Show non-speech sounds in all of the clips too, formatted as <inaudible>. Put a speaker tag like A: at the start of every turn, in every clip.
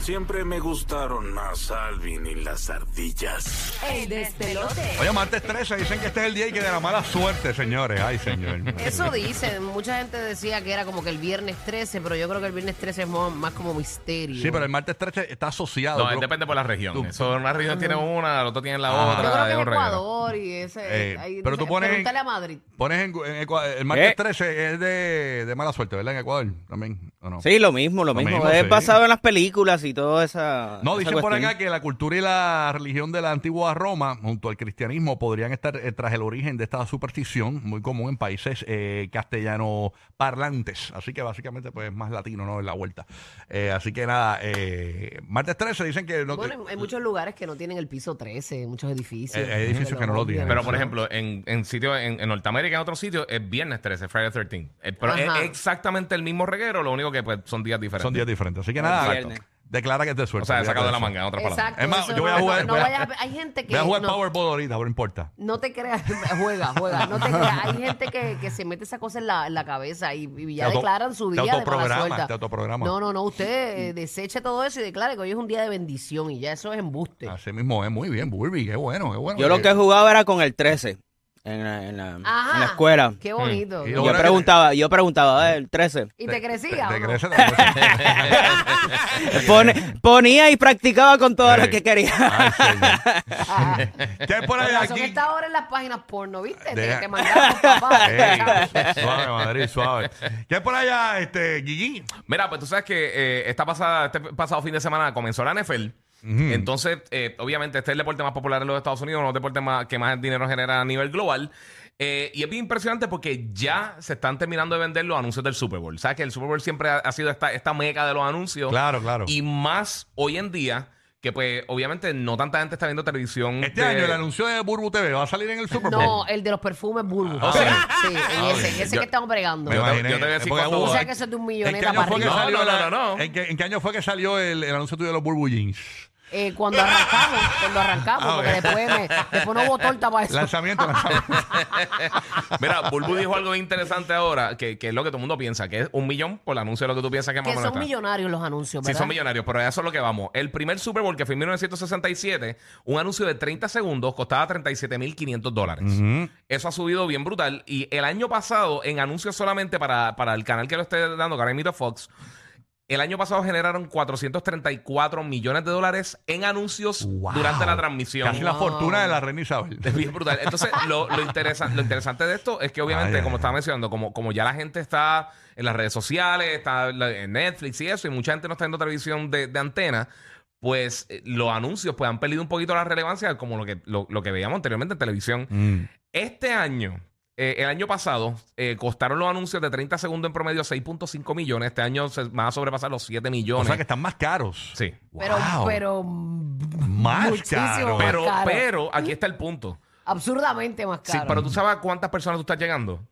A: Siempre me gustaron más Alvin y las ardillas.
B: El despelote.
C: Oye, martes 13, dicen que este es el día y que de la mala suerte, señores. Ay, señor.
B: <laughs> Eso dicen, mucha gente decía que era como que el viernes 13, pero yo creo que el viernes 13 es mo- más como misterio.
C: Sí, pero el martes 13 está asociado.
D: No,
C: Creo-
D: depende por la
C: tú-
D: región. Eso, una región tiene una, la otra tiene la
B: Yo
C: Ajá.
D: otra.
B: creo
D: hay
B: que es
D: un reguero.
B: Ecuador y ese...
C: Eh,
B: ahí-
C: pero tú pones-
B: Pregúntale a Madrid.
C: Pones en, en Ecua- el martes
E: ¿Qué?
C: 13 es de, de mala suerte, ¿verdad? En Ecuador también, ¿o no?
E: Sí, lo mismo, lo,
C: Lo
E: mismo.
C: mismo,
E: Es
C: sí.
E: basado en las películas y toda esa.
C: No,
E: esa
C: dicen por
E: cuestión.
C: acá que la cultura y la religión de la antigua Roma, junto al cristianismo, podrían estar eh, tras el origen de esta superstición muy común en países eh, castellano parlantes. Así que básicamente, pues es más latino, ¿no? En la vuelta. Eh, así que nada, eh, martes 13 dicen que. No,
B: Bueno, hay muchos lugares que no tienen el piso 13, hay muchos edificios.
C: Eh, Hay- hay edificios que no lo tienen.
D: Pero, por ejemplo, en, en sitios, en, en Norteamérica, en otros sitios, es viernes 13, Friday 13. Eh, pero es
B: Ajá.
D: exactamente el mismo reguero, lo único que pues, son días diferentes.
C: son días diferentes. Así que
E: Los
C: nada,
E: viernes.
C: declara que es de
D: O
C: suerte.
D: sea, sacado de la
C: Eso.
D: manga, en otras palabras.
B: Exacto.
C: Es más,
B: eso
C: yo voy a
B: no-
C: jugar.
B: no
C: voy a-
B: vayas a- hay gente que...
C: Voy a jugar
B: no-
C: Powerball ahorita, pero no importa.
B: No te creas, <laughs> juega, juega. No te creas. Hay gente que, que se mete esa cosa en la, en la cabeza y, y ya
C: Te auto-
B: declaran su día
C: te
B: de mala
C: autoprogramas,
B: suelta.
C: te autoprogramas.
B: No, no, no. Usted eh, deseche todo eso y declare que hoy es un día de bendición y ya eso es embuste.
C: Así mismo es muy bien, Burby, qué bueno, qué bueno. Eh,
E: Yo lo que jugaba era con el 13 en la, en la- en la escuela.
B: Qué bonito.
C: Mm. Y
E: Y
C: lo
E: Yo
C: bueno que-
E: preguntaba, yo preguntaba, "Ah,
C: <laughs>
E: el 13.
B: ¿Y te crecía?
C: Te
B: o no? <laughs>
C: crece la
D: <laughs>
C: cosa.
E: Pone- ponía y practicaba con todo lo
C: Ey.
E: que quería.
C: Ay, señor.
B: Ah,
C: ¿Qué hay por ahí <laughs>
B: con razón
C: aquí?
B: que está ahora en las páginas porno, ¿viste? Te-
C: Deja-
B: Te mandaron papá.
C: <laughs> Ey, suave, Madrid, suave. ¿Qué hay por allá, este, Gigi?
D: Mira, pues tú sabes que eh, esta pasada, este pasado fin de semana comenzó la NFL. Entonces, eh, obviamente, este es el deporte más popular en los Estados Unidos, uno de los deportes más, que más dinero genera a nivel global. Eh, y es bien impresionante porque ya se están terminando de vender los anuncios del Super Bowl. Sabes que el Super Bowl siempre ha, ha sido esta, esta meca de los anuncios.
C: Claro, claro.
D: Y más hoy en día, que pues obviamente no tanta gente está viendo televisión.
C: Este
D: de-
C: año el anuncio de Burbu TV va a salir en el Super Bowl.
B: No, el de los perfumes Burbu.
C: Oh,
D: Ah,
B: sí,
D: sí.
B: en
D: Ah,
B: ese,
D: ok.
B: en ese
D: Yo-
B: que estamos bregando.
C: Me
D: Yo te-
C: imaginé.
D: yo te voy a decir
C: Porque
D: cuánto
C: hubo-
D: va.
B: O sea que eso es de un
C: ¿En qué
B: milloneta
C: año
B: para
C: fue que
D: No,
B: arriba.
C: salió,
D: no,
C: la-
D: no, no.
C: ¿en, qué, en qué año fue que salió el, el anuncio tuyo de los Burbu Jeans?
B: Eh, cuando arrancamos, cuando arrancamos,
C: Ah,
B: porque
C: ok.
B: después, me- después no hubo torta para eso.
C: Lanzamiento, lanzamiento.
D: Mira, Bulbu dijo algo bien interesante ahora, que, que es lo que todo el mundo piensa, que es un millón por el anuncio de lo que tú piensas que es más
B: que
D: o
B: son
D: menos está.
B: millonarios los anuncios,
D: Sí,
B: ¿verdad?
D: son millonarios, pero a eso es lo que vamos. El primer Super Bowl que fue en 1967, un anuncio de 30 segundos costaba 37.500 dólares. Eso ha subido bien brutal. Y el año pasado, en anuncios solamente para, para el canal que lo esté dando, que ahora imito a Fox, el año pasado generaron 434 millones de dólares en anuncios
C: Wow.
D: durante la transmisión.
C: Casi la
B: Wow.
C: fortuna de la reina Isabel.
D: <laughs> Es bien brutal. Entonces, lo, lo, interesa- lo interesante de esto es que, obviamente,
C: Ay, ay,
D: como
C: ay.
D: estaba mencionando, como, como ya la gente está en las redes sociales, está en la- en Netflix y eso, y mucha gente no está viendo televisión de, de antena, pues eh, los anuncios pues, han perdido un poquito la relevancia, como lo que, lo, lo que veíamos anteriormente en televisión.
C: Mm.
D: Este año, eh, el año pasado, eh, costaron los anuncios de 30 segundos en promedio 6.5 millones. Este año se van a sobrepasar los 7
C: O
D: millones.
C: sea que están más caros.
D: Sí.
B: Pero,
C: Wow.
B: pero.
C: Más
B: muchísimo
C: caro.
B: más
D: Pero,
B: caro.
D: pero, aquí está el punto.
B: Absurdamente más
D: Sí,
B: caro.
D: pero tú sabes a cuántas personas tú estás llegando.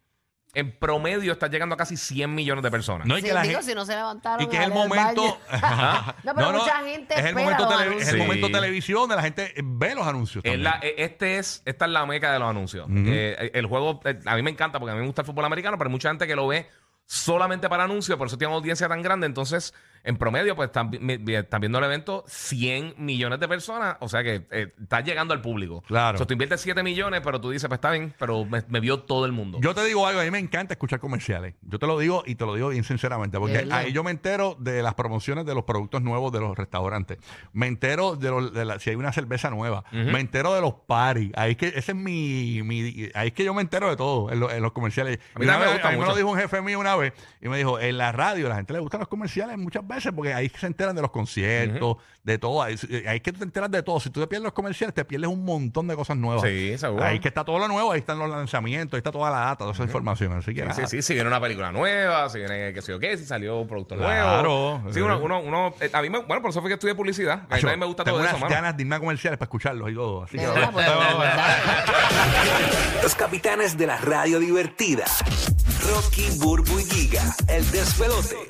D: En promedio estás llegando a casi 100 millones de personas.
C: No, y
B: Sí,
C: que la
B: digo,
C: gen-
B: si no se levantaron.
C: y que es
B: a
C: el
B: leer el
C: <laughs> momento
B: baño. No, pero mucha gente
C: es el
B: espera
C: momento
B: los
C: tele- es el
B: anuncios.
C: momento
D: Sí.
C: televisión donde la gente ve los anuncios
D: Es
C: también.
D: la- e- este es, esta es la meca de los anuncios.
C: Ujú.
D: Eh, el juego, eh, a mí me encanta porque a mí me gusta el fútbol americano, pero hay mucha gente que lo ve solamente para anuncios, por eso tiene una audiencia tan grande. Entonces, en promedio, pues están, vi- vi- están viendo el evento 100 millones de personas, o sea que eh, estás llegando al público.
C: Claro.
D: O sea, tú inviertes 7 millones, pero tú dices, pues está bien, pero me, me vio todo el mundo.
C: Yo te digo algo, a mí me encanta escuchar comerciales. Yo te lo digo y te lo digo bien sinceramente,
B: De
C: porque
B: verdad.
C: ahí yo me entero de las promociones de los productos nuevos de los restaurantes. Me entero de, los- de la- si hay una cerveza nueva. Me entero de los paris. Ahí es que ese es mi, mi- ahí es que yo me entero de todo en, lo- en los comerciales.
D: A
C: Y
D: mí
C: una
D: también me
C: vez-
D: gusta
C: a mí me
D: mucho.
C: lo dijo un jefe mío una vez y me dijo, en la radio la gente le gustan los comerciales muchas veces porque ahí es que se enteran de los conciertos, de todo. Ahí, ahí es que tú te enteras de todo. Si tú te pierdes los comerciales, te pierdes un montón de cosas nuevas.
D: Sí, seguro.
C: Ahí es que está todo lo nuevo, ahí están los lanzamientos, ahí está toda la data, toda esa información. Así que
D: Sí,
C: nada.
D: sí, sí, si viene una película nueva, si viene qué sé yo qué, si salió un producto
C: Claro.
D: nuevo. Sí, uno, uno, uno- eh, a mí me, bueno, por eso fue que estudié publicidad. A mí
C: Acho,
D: también me gusta
C: tengo
D: todo eso,
C: unas
D: mano.
C: ganas de irme a comerciales para escucharlos y todo. Así
B: De
C: que
B: verdad, pues, de verdad.
F: Los capitanes de la radio divertida. Rocky, Burbu y Giga, el despelote.